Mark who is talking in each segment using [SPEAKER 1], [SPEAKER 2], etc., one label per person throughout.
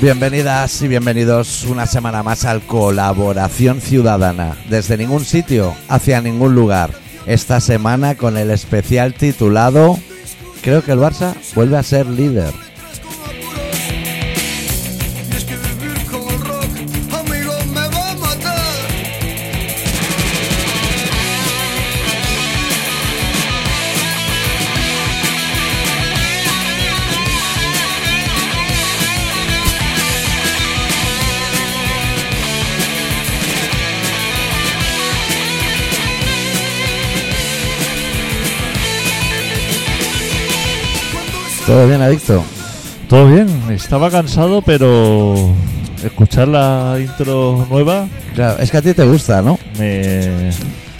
[SPEAKER 1] Bienvenidas y bienvenidos una semana más al Colaboración Ciudadana, desde ningún sitio, hacia ningún lugar. Esta semana con el especial titulado Creo que el Barça vuelve a ser líder.
[SPEAKER 2] Y es que vivir con el rock, amigo, me va a matar.
[SPEAKER 1] ¿Todo bien, adicto?
[SPEAKER 3] Todo bien, estaba cansado, pero escuchar la intro nueva
[SPEAKER 1] Claro, es que a ti te gusta, ¿no?
[SPEAKER 3] me.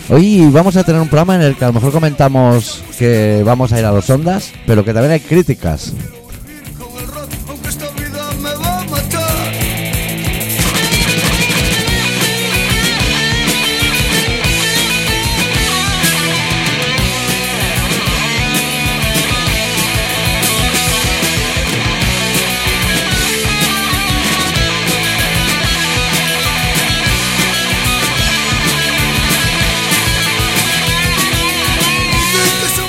[SPEAKER 1] Hoy vamos a tener un programa en el que a lo mejor comentamos que vamos a ir a los ondas, pero que también hay críticas.
[SPEAKER 2] Vivir con el rock, aunque esta vida me va a matar.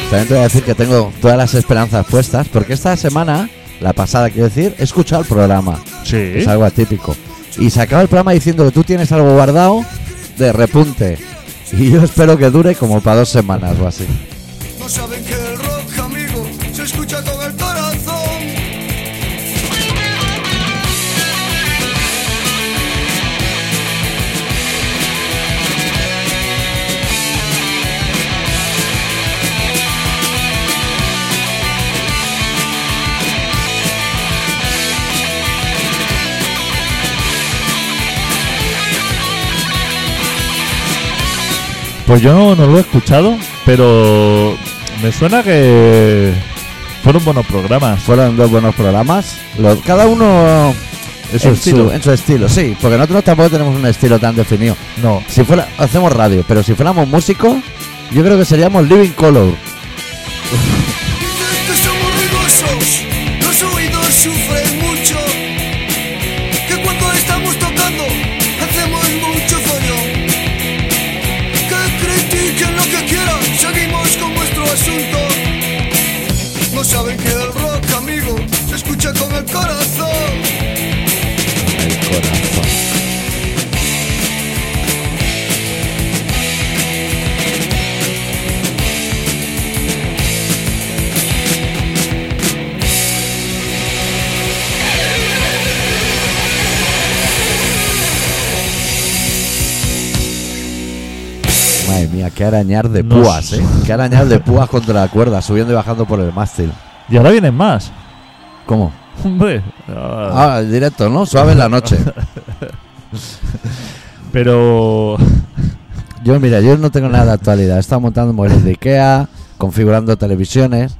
[SPEAKER 1] También te voy a decir que tengo todas las esperanzas puestas, porque esta semana, la pasada quiero decir, he escuchado el programa.
[SPEAKER 3] Sí.
[SPEAKER 1] Es algo atípico. Y se acaba el programa diciendo que tú tienes algo guardado de repunte. Y yo espero que dure como para dos semanas o así.
[SPEAKER 2] No saben que el rock, amigo, se escucha con el corazón.
[SPEAKER 3] Pues yo no, no lo he escuchado, pero me suena que fueron buenos programas.
[SPEAKER 1] Fueron dos buenos programas. Los- cada uno
[SPEAKER 3] Eso
[SPEAKER 1] en,
[SPEAKER 3] es chulo.
[SPEAKER 1] Su, en su estilo, sí. Porque nosotros tampoco tenemos un estilo tan definido.
[SPEAKER 3] No,
[SPEAKER 1] Si fuera, hacemos radio, pero si fuéramos músicos, yo creo que seríamos Living Color.
[SPEAKER 2] Dicen que somos ruidosos, los oídos sufren mucho. Que cuando estamos tocando hacemos mucho follón. Que critiquen lo que quieran, seguimos con nuestro asunto. No saben que el rock, amigo, se escucha con el corazón.
[SPEAKER 1] El corazón. Madre mía, qué arañar de
[SPEAKER 3] Nos-
[SPEAKER 1] púas, ¿eh? Qué arañar de púas contra la cuerda, subiendo y bajando por el mástil.
[SPEAKER 3] y ahora vienen más.
[SPEAKER 1] ¿Cómo?
[SPEAKER 3] Hombre. ah,
[SPEAKER 1] Ah, el directo, ¿no? Suave en la noche. Ah.
[SPEAKER 3] Pero.
[SPEAKER 1] Yo, mira, yo no tengo nada de actualidad. He estado montando muebles de Ikea, configurando televisiones.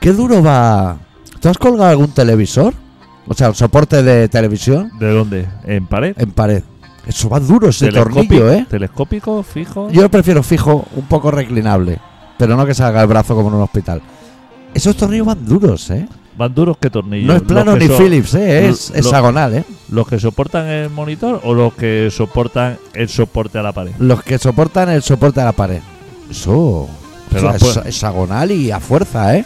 [SPEAKER 1] ¿Qué duro va? ¿Tú has colgado algún televisor? O sea, un soporte de televisión
[SPEAKER 3] ¿De dónde? ¿En pared?
[SPEAKER 1] en pared. Eso va duro ese
[SPEAKER 3] Telescopi-
[SPEAKER 1] tornillo, ¿eh?
[SPEAKER 3] Telescópico, fijo.
[SPEAKER 1] Yo prefiero fijo, un poco reclinable. Pero no que se haga el brazo como en un hospital. Esos tornillos van duros, ¿eh?
[SPEAKER 3] Van duros que tornillos.
[SPEAKER 1] No es
[SPEAKER 3] Los
[SPEAKER 1] plano
[SPEAKER 3] que
[SPEAKER 1] ni
[SPEAKER 3] son-
[SPEAKER 1] Philips, ¿eh? Es
[SPEAKER 3] lo-
[SPEAKER 1] hexagonal, ¿eh?
[SPEAKER 3] ¿Los que soportan el monitor o los que soportan el soporte a la pared?
[SPEAKER 1] Los que soportan el soporte a la pared. Eso. eso
[SPEAKER 3] Pero a fuer-
[SPEAKER 1] es hexagonal y a fuerza, ¿eh?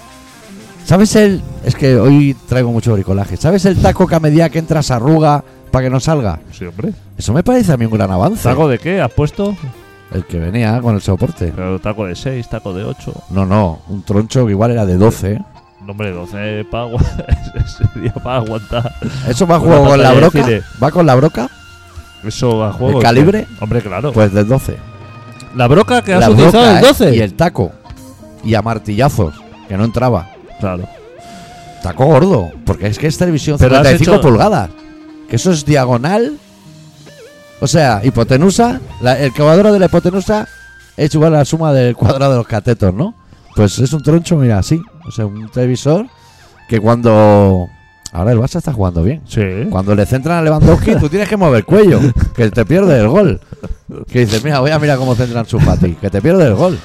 [SPEAKER 1] ¿Sabes el.? Es que hoy traigo mucho bricolaje. ¿Sabes el taco que a medida que entras arruga para que no salga?
[SPEAKER 3] Sí, hombre.
[SPEAKER 1] Eso me parece a mí un gran avance.
[SPEAKER 3] ¿Taco de qué has puesto?
[SPEAKER 1] El que venía con el soporte.
[SPEAKER 3] Claro, taco de 6, taco de 8.
[SPEAKER 1] No, no. Un troncho que igual era de 12. ¿eh?
[SPEAKER 3] Nombre 12 para sería para aguantar.
[SPEAKER 1] ¿Eso va a
[SPEAKER 3] Una
[SPEAKER 1] juego con la
[SPEAKER 3] pantalla de
[SPEAKER 1] broca?
[SPEAKER 3] cine.
[SPEAKER 1] ¿Va con la broca?
[SPEAKER 3] Eso a juego.
[SPEAKER 1] ¿El calibre?
[SPEAKER 3] Hombre, claro.
[SPEAKER 1] Pues del 12.
[SPEAKER 3] la broca que has
[SPEAKER 1] La
[SPEAKER 3] utilizado
[SPEAKER 1] broca,
[SPEAKER 3] el
[SPEAKER 1] ¿eh?
[SPEAKER 3] 12.
[SPEAKER 1] Y el taco. Y a martillazos. Que no entraba.
[SPEAKER 3] Claro.
[SPEAKER 1] Taco gordo, porque es que es televisión
[SPEAKER 3] Pero has
[SPEAKER 1] 55
[SPEAKER 3] hecho-
[SPEAKER 1] pulgadas. Que eso es diagonal. O sea, hipotenusa, la- el cuadrado de la hipotenusa es igual a la suma del cuadrado de los catetos, ¿no? Pues es un troncho, mira, así. O sea, un televisor que cuando... Ahora el Barça está jugando bien.
[SPEAKER 3] Sí.
[SPEAKER 1] Cuando le centran a Lewandowski, tú tienes que mover el cuello, que te pierde el gol. Que dices, mira, voy a mirar cómo centran su pati, que te pierde el gol.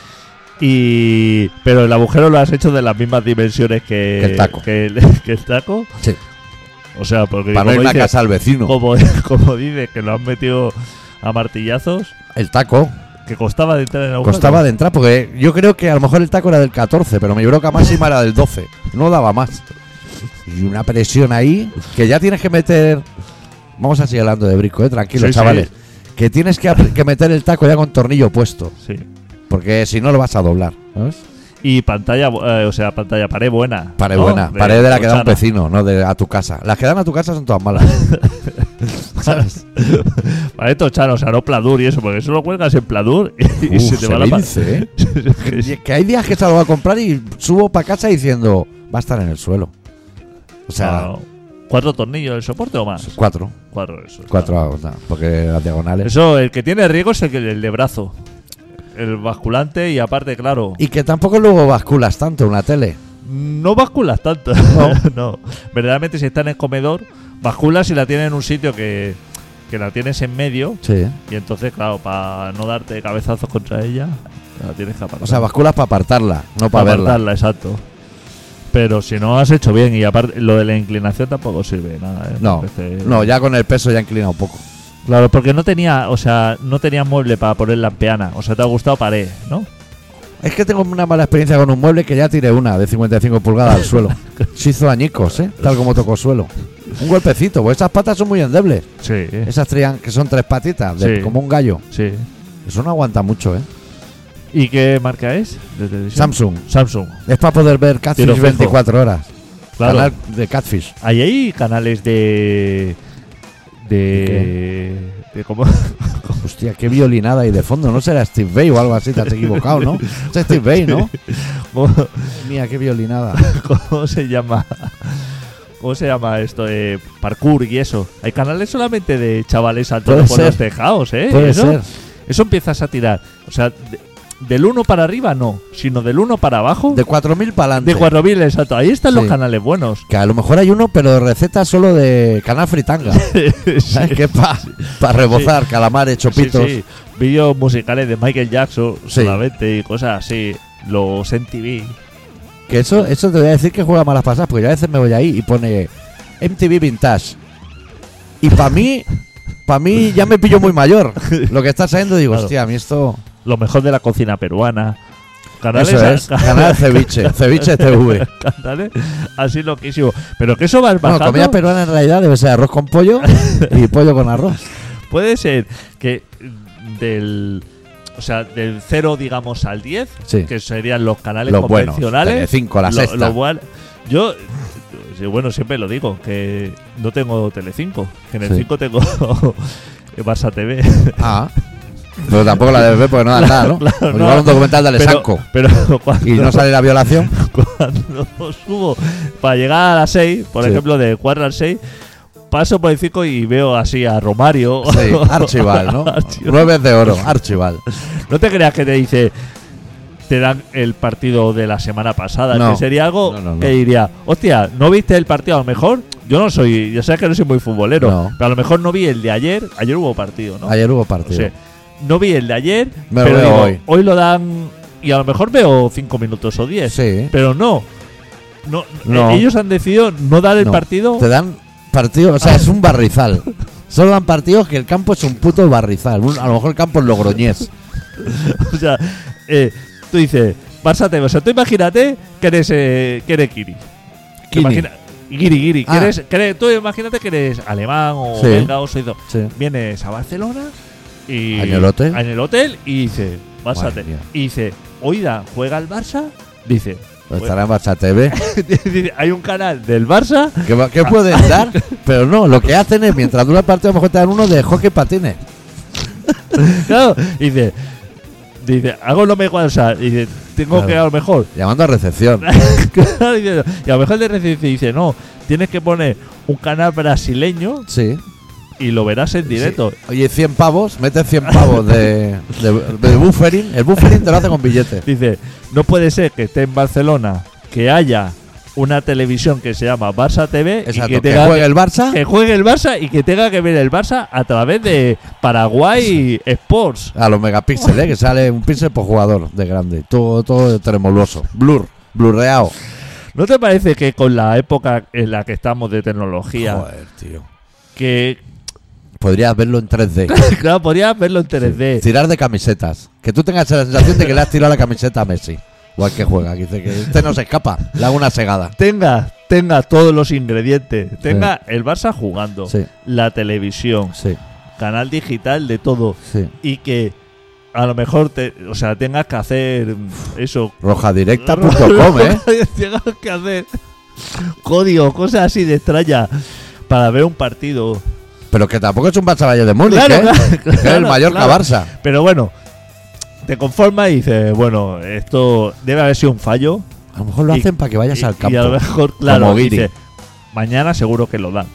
[SPEAKER 3] Y pero el agujero lo has hecho de las mismas dimensiones que
[SPEAKER 1] Que el taco.
[SPEAKER 3] que el- que el taco.
[SPEAKER 1] Sí.
[SPEAKER 3] O sea, porque
[SPEAKER 1] Para no
[SPEAKER 3] como
[SPEAKER 1] irme a
[SPEAKER 3] dice-
[SPEAKER 1] casa al vecino.
[SPEAKER 3] como, como dice que lo han metido a martillazos,
[SPEAKER 1] El taco.
[SPEAKER 3] que costaba de entrar en agujero.
[SPEAKER 1] Costaba de entrar porque yo creo que a lo mejor el taco era del 14, pero mi broca máxima era del 12. No daba más. Y una presión ahí que ya tienes que meter. Vamos a seguir hablando de brisco, eh, tranquilos,
[SPEAKER 3] Sí, sí.
[SPEAKER 1] chavales. Que tienes que, apre- que meter el taco ya con tornillo puesto.
[SPEAKER 3] Sí.
[SPEAKER 1] Porque si no lo vas a doblar. ¿sabes?
[SPEAKER 3] Y pantalla, eh, o sea, pantalla pared buena.
[SPEAKER 1] Pared
[SPEAKER 3] ¿no?
[SPEAKER 1] buena. pared de la que da un
[SPEAKER 3] colchana.
[SPEAKER 1] vecino, no de a tu casa. Las que dan a tu casa son todas malas. ¿Sabes?
[SPEAKER 3] Pared tochana, o sea, no pladur y eso, porque eso lo cuelgas en pladur y, y
[SPEAKER 1] Uf,
[SPEAKER 3] se te va la pa-
[SPEAKER 1] lince, ¿eh? Y es que hay días que salgo a comprar y subo para casa diciendo, va a estar en el suelo. O sea,
[SPEAKER 3] Ah, ¿Cuatro tornillos el soporte o más?
[SPEAKER 1] cuatro.
[SPEAKER 3] Cuatro, eso. está.
[SPEAKER 1] Cuatro a- no, porque las diagonales.
[SPEAKER 3] Eso, el que tiene riesgo es el, que- el de brazo. El basculante y aparte, claro.
[SPEAKER 1] Y que tampoco luego basculas tanto una tele.
[SPEAKER 3] No basculas tanto.
[SPEAKER 1] No.
[SPEAKER 3] no. Verdaderamente, si está en el comedor, basculas y la tienes en un sitio que, que la tienes en medio.
[SPEAKER 1] Sí.
[SPEAKER 3] Y entonces, claro, para no darte cabezazos contra ella, la tienes que apartar.
[SPEAKER 1] O sea, basculas para apartarla, no para
[SPEAKER 3] Para
[SPEAKER 1] verla.
[SPEAKER 3] apartarla, exacto. Pero si no has hecho bien, y aparte, lo de la inclinación tampoco sirve de nada. ¿eh?
[SPEAKER 1] No,
[SPEAKER 3] Parece-
[SPEAKER 1] no, ya con el peso ya inclina un poco.
[SPEAKER 3] Claro, porque no tenía, o sea, no tenía mueble para poner la peana. O sea, te ha gustado pared, ¿no?
[SPEAKER 1] Es que tengo una mala experiencia con un mueble que ya tiré una de 55 pulgadas al suelo. Se hizo añicos, ¿eh? Tal como tocó suelo. Un golpecito, pues esas patas son muy endebles.
[SPEAKER 3] Sí,
[SPEAKER 1] Esas trian que son tres patitas, de-
[SPEAKER 3] Sí.
[SPEAKER 1] como un gallo.
[SPEAKER 3] sí.
[SPEAKER 1] Eso no aguanta mucho, ¿eh?
[SPEAKER 3] ¿Y qué marca es? de televisión?
[SPEAKER 1] Samsung.
[SPEAKER 3] Samsung.
[SPEAKER 1] Es para poder ver Catfish
[SPEAKER 3] Tiro fijo.
[SPEAKER 1] 24 horas.
[SPEAKER 3] Claro.
[SPEAKER 1] Canal de Catfish.
[SPEAKER 3] Ahí hay canales de. de. de cómo.
[SPEAKER 1] Hostia, qué violinada ahí de fondo. No será Steve Bay o algo así, te has equivocado, ¿no? Es Steve Bay, ¿no?
[SPEAKER 3] cómo,
[SPEAKER 1] Mía, qué violinada.
[SPEAKER 3] cómo se llama? ¿Cómo se llama esto? de parkour y eso. Hay canales solamente de chavales saltando
[SPEAKER 1] Puede
[SPEAKER 3] por
[SPEAKER 1] ser.
[SPEAKER 3] los tejados, ¿eh?
[SPEAKER 1] Puede
[SPEAKER 3] eso,
[SPEAKER 1] ser.
[SPEAKER 3] eso empiezas a tirar. O sea, de- del 1 para arriba no, sino del 1 para abajo.
[SPEAKER 1] De 4.000 para
[SPEAKER 3] De
[SPEAKER 1] adelante.
[SPEAKER 3] 4000, exacto. Ahí están los
[SPEAKER 1] Sí.
[SPEAKER 3] canales buenos.
[SPEAKER 1] Que a lo mejor hay uno, pero de receta solo de canal fritanga. ¿Sabes qué? Para rebozar calamares,
[SPEAKER 3] Sí,
[SPEAKER 1] chopitos.
[SPEAKER 3] sí. Vídeos musicales de Michael Jackson
[SPEAKER 1] Sí.
[SPEAKER 3] solamente y cosas así. Los MTV.
[SPEAKER 1] Que eso, eso te voy a decir que juega malas pasadas, porque yo a veces me voy ahí y pone MTV Vintage. Y para mí, para mí ya me pillo muy mayor. Lo que está saliendo digo,
[SPEAKER 3] Claro.
[SPEAKER 1] hostia, a mí esto...
[SPEAKER 3] Lo mejor de la cocina peruana. Canales,
[SPEAKER 1] Eso es, canal ceviche, ceviche TV.
[SPEAKER 3] canales así loquísimo. Pero que eso va
[SPEAKER 1] Bueno,
[SPEAKER 3] bajando.
[SPEAKER 1] comida peruana en realidad debe ser arroz con pollo y pollo con arroz.
[SPEAKER 3] Puede ser que del. O sea, del 0, digamos, al 10,
[SPEAKER 1] Sí.
[SPEAKER 3] que serían los canales
[SPEAKER 1] Los buenos,
[SPEAKER 3] convencionales.
[SPEAKER 1] Telecinco, la
[SPEAKER 3] lo-
[SPEAKER 1] Sexta.
[SPEAKER 3] lo cual- yo, sí, bueno, siempre lo digo, que no tengo Telecinco. que En el
[SPEAKER 1] Sí.
[SPEAKER 3] 5 tengo Barça TV.
[SPEAKER 1] Ah, pero tampoco la debe ver porque no da nada, ¿no?
[SPEAKER 3] Claro,
[SPEAKER 1] Pues
[SPEAKER 3] no.
[SPEAKER 1] igual un documental de Lesanco
[SPEAKER 3] pero cuando,
[SPEAKER 1] y no sale la violación.
[SPEAKER 3] cuando subo para llegar a las 6, por
[SPEAKER 1] Sí.
[SPEAKER 3] ejemplo, de 4 al 6, paso por el 5 y veo así a Romario.
[SPEAKER 1] Sí, Archival, ¿no?
[SPEAKER 3] Archival.
[SPEAKER 1] Nueve de oro, Archival.
[SPEAKER 3] No te creas que te dice te dan el partido de la semana pasada,
[SPEAKER 1] No.
[SPEAKER 3] que sería algo
[SPEAKER 1] No, no, no.
[SPEAKER 3] que diría, hostia, ¿no viste el partido? A lo mejor, yo no soy, ya sabes que no soy muy futbolero,
[SPEAKER 1] No.
[SPEAKER 3] pero a lo mejor no vi el de ayer, ayer hubo partido, ¿no?
[SPEAKER 1] Ayer hubo
[SPEAKER 3] O
[SPEAKER 1] partido.
[SPEAKER 3] sea, no vi el de ayer,
[SPEAKER 1] Me lo
[SPEAKER 3] pero
[SPEAKER 1] veo
[SPEAKER 3] digo,
[SPEAKER 1] hoy.
[SPEAKER 3] lo dan y a lo mejor veo 5 minutos o 10,
[SPEAKER 1] Sí.
[SPEAKER 3] pero no. No,
[SPEAKER 1] No.
[SPEAKER 3] eh, ellos han decidido no dar el
[SPEAKER 1] No.
[SPEAKER 3] partido.
[SPEAKER 1] Te dan partidos, o sea, es un barrizal. Solo dan partidos que el campo es un puto barrizal. Un- a lo mejor el campo es logroñés.
[SPEAKER 3] O sea, eh, tú dices, Barça TV. O sea, tú imagínate que eres, eh, que eres Kiri.
[SPEAKER 1] Kini.
[SPEAKER 3] Imagina- Giri, Giri. Que
[SPEAKER 1] Ah.
[SPEAKER 3] eres- que eres- tú imagínate que eres alemán o
[SPEAKER 1] Sí.
[SPEAKER 3] belga o suizo.
[SPEAKER 1] Sí.
[SPEAKER 3] Vienes a Barcelona y.
[SPEAKER 1] En el hotel.
[SPEAKER 3] En el hotel y dice, Barça
[SPEAKER 1] Madre
[SPEAKER 3] TV.
[SPEAKER 1] mía.
[SPEAKER 3] Y dice, oida, juega el Barça. Dice,
[SPEAKER 1] Pues Estará en Barça TV.
[SPEAKER 3] dice, hay un canal del Barça.
[SPEAKER 1] ¿Qué, va- qué pueden dar? Pero no, lo que hacen es mientras dura el partido, a lo mejor te dan uno de hockey patines.
[SPEAKER 3] Claro, y dice, dice, hago lo mejor. O sea, dice, tengo
[SPEAKER 1] Claro.
[SPEAKER 3] que a lo mejor
[SPEAKER 1] Llamando a recepción.
[SPEAKER 3] Claro, dice, y a lo mejor el de residencia dice, no, tienes que poner un canal brasileño
[SPEAKER 1] Sí.
[SPEAKER 3] y lo verás en directo.
[SPEAKER 1] Sí. Oye, 100 pavos, mete 100 pavos de, de, de buffering. El buffering te lo hace con billetes.
[SPEAKER 3] Dice, no puede ser que esté en Barcelona, que haya una televisión que se llama Barça TV y
[SPEAKER 1] Exacto.
[SPEAKER 3] que
[SPEAKER 1] Que
[SPEAKER 3] tenga
[SPEAKER 1] juegue el Barça.
[SPEAKER 3] que juegue el Barça y que tenga que ver el Barça a través de Paraguay Sports.
[SPEAKER 1] A los megapíxeles, ¿eh? que sale un píxel por jugador de grande. Todo, todo tremoloso. Blur, blurreado.
[SPEAKER 3] ¿No te parece que con la época en la que estamos de tecnología,
[SPEAKER 1] Joder, tío.
[SPEAKER 3] que
[SPEAKER 1] Podrías verlo en 3D.
[SPEAKER 3] claro, podrías verlo en 3D?
[SPEAKER 1] Tirar de camisetas. Que tú tengas la sensación de que le has tirado la camiseta a Messi. Igual que juega. Que dice que este no se escapa. Le hago una segada.
[SPEAKER 3] Tenga, tenga todos los ingredientes. Tenga el Barça jugando,
[SPEAKER 1] Sí.
[SPEAKER 3] la televisión,
[SPEAKER 1] Sí,
[SPEAKER 3] canal digital de todo.
[SPEAKER 1] sí.
[SPEAKER 3] Y que a lo mejor te, o sea, tengas que hacer mm, eso.
[SPEAKER 1] Rojadirecta.com, ¿eh?
[SPEAKER 3] tengas que hacer código, cosas así de extraña para ver un partido.
[SPEAKER 1] Pero que tampoco es un Barça Valle de Múnich,
[SPEAKER 3] Claro,
[SPEAKER 1] ¿eh?
[SPEAKER 3] claro,
[SPEAKER 1] Que es el
[SPEAKER 3] claro,
[SPEAKER 1] Mallorca
[SPEAKER 3] claro.
[SPEAKER 1] Barça.
[SPEAKER 3] Pero bueno, te conformas y dices, bueno, esto debe haber sido un fallo.
[SPEAKER 1] A lo mejor lo
[SPEAKER 3] Y-
[SPEAKER 1] hacen para que vayas
[SPEAKER 3] y,
[SPEAKER 1] al
[SPEAKER 3] y a lo
[SPEAKER 1] campo.
[SPEAKER 3] mejor, claro,
[SPEAKER 1] Como Guiri.
[SPEAKER 3] dices, mañana seguro que lo dan.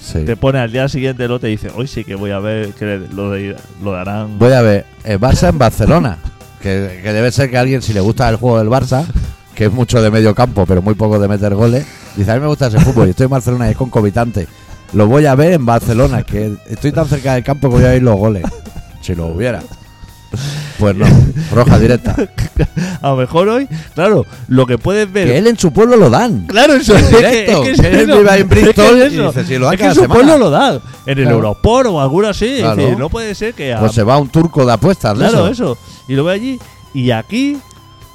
[SPEAKER 1] Sí.
[SPEAKER 3] Te pone al día siguiente el otro y dice, hoy sí que voy a ver que lo, de- lo darán.
[SPEAKER 1] Voy a ver, el Barça en Barcelona. Que, que debe ser que a alguien, si le gusta el juego del Barça, que es mucho de medio campo, pero muy poco de meter goles, dice: A mí me gusta ese fútbol y estoy en Barcelona y es concomitante. Lo voy a ver en Barcelona, que estoy tan cerca del campo que voy a ver los goles. Si lo hubiera. Pues no, roja directa.
[SPEAKER 3] A lo mejor hoy, claro, lo que puedes ver.
[SPEAKER 1] Que él en su pueblo lo dan.
[SPEAKER 3] Claro, eso es
[SPEAKER 1] Directo,
[SPEAKER 3] que, es
[SPEAKER 1] que él
[SPEAKER 3] eso,
[SPEAKER 1] viva en
[SPEAKER 3] es que
[SPEAKER 1] Bristol
[SPEAKER 3] es
[SPEAKER 1] y
[SPEAKER 3] eso.
[SPEAKER 1] dice, "Si lo dan
[SPEAKER 3] Es que
[SPEAKER 1] cada
[SPEAKER 3] en su
[SPEAKER 1] semana".
[SPEAKER 3] pueblo lo dan. En el
[SPEAKER 1] Claro.
[SPEAKER 3] Eurosport o alguno así.
[SPEAKER 1] Claro.
[SPEAKER 3] dice, no puede ser que. a-
[SPEAKER 1] Pues se va un turco de apuestas, ¿no?
[SPEAKER 3] claro, eso. Y lo ve allí. Y aquí,